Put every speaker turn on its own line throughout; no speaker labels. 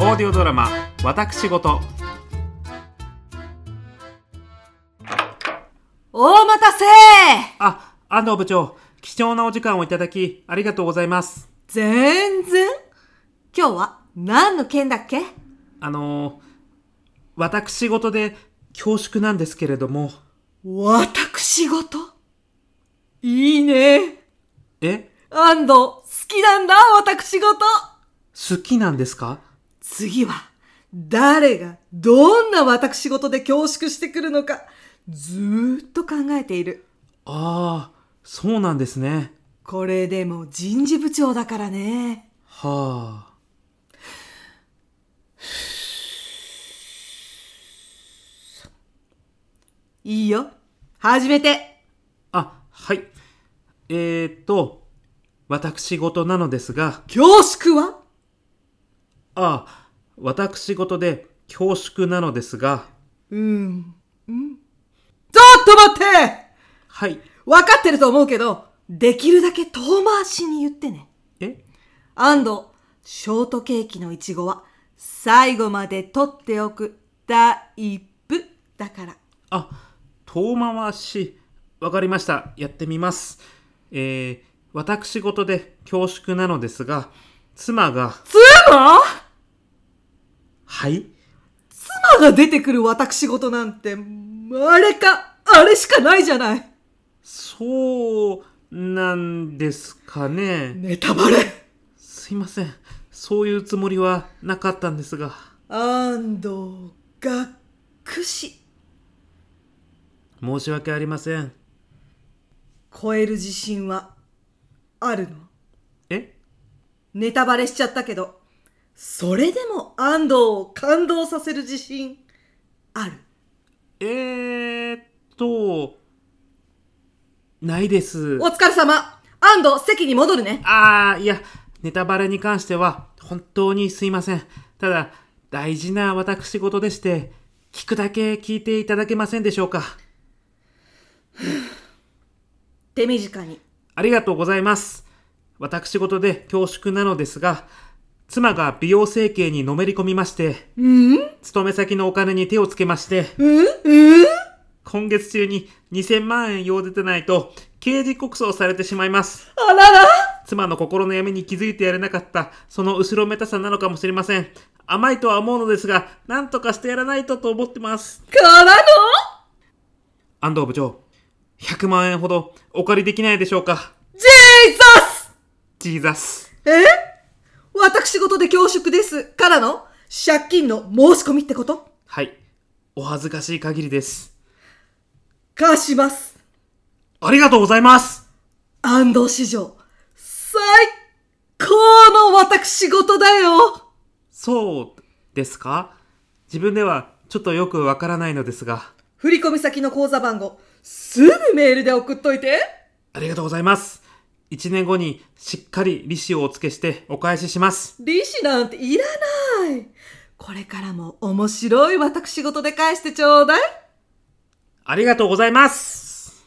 オーディオドラマ「私事
お待たせ」
あ安藤部長貴重なお時間をいただきありがとうございます
全然今日は何の件だっけ
あのー私事で恐縮なんですけれども
私事いいね。
え
安藤、好きなんだ、私事
好きなんですか
次は、誰がどんな私事で恐縮してくるのか、ずーっと考えている。
ああそうなんですね
これでも人事部長だからね。
はあ
いいよ。始めて。
あはいえー、っと私事なのですが
恐縮は
ああ私事で恐縮なのですが
うん。うん。ちょっと待って
はい
分かってると思うけど、できるだけ遠回しに言ってね。
え
安藤、ショートケーキのイチゴは、最後まで取っておくタイプだから。
あ、遠回し。わかりました。やってみます。えー、私事で恐縮なのですが、妻が、
妻
はい
妻が出てくる私事なんて、あれか、あれしかないじゃない。
そう、なんですかね。
ネタバレ。
すいません。そういうつもりはなかったんですが。
安藤、がっくし。
申し訳ありません。
超える自信は、あるの
え
ネタバレしちゃったけど、それでも安藤を感動させる自信、ある。
えーっと、ないです
お。疲れ様安藤、席に戻るね。
ああ、いや、ネタバレに関しては、本当にすいません。ただ、大事な私事でして、聞くだけ聞いていただけませんでしょうか。
手短に。
ありがとうございます。私事で恐縮なのですが、妻が美容整形にのめり込みまして、
うん
勤め先のお金に手をつけまして、
うんうん
今月中に2000万円用出てないと、刑事告訴されてしまいます。
あらら
妻の心の闇に気づいてやれなかった、その後ろめたさなのかもしれません。甘いとは思うのですが、何とかしてやらないとと思ってます。
からの
安藤部長、100万円ほどお借りできないでしょうか
ジーザス
ジーザス。
え私事で恐縮です。からの借金の申し込みってこと
はい。お恥ずかしい限りです。
貸します。
ありがとうございます
安藤史上、最高の私事だよ
そうですか自分ではちょっとよくわからないのですが。
振込先の口座番号、すぐメールで送っといて。
ありがとうございます。1年後にしっかり利子をお付けしてお返しします。
利子なんていらない。これからも面白い私事で返してちょうだい。
ありがとうございます。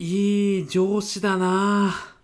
いい上司だなあ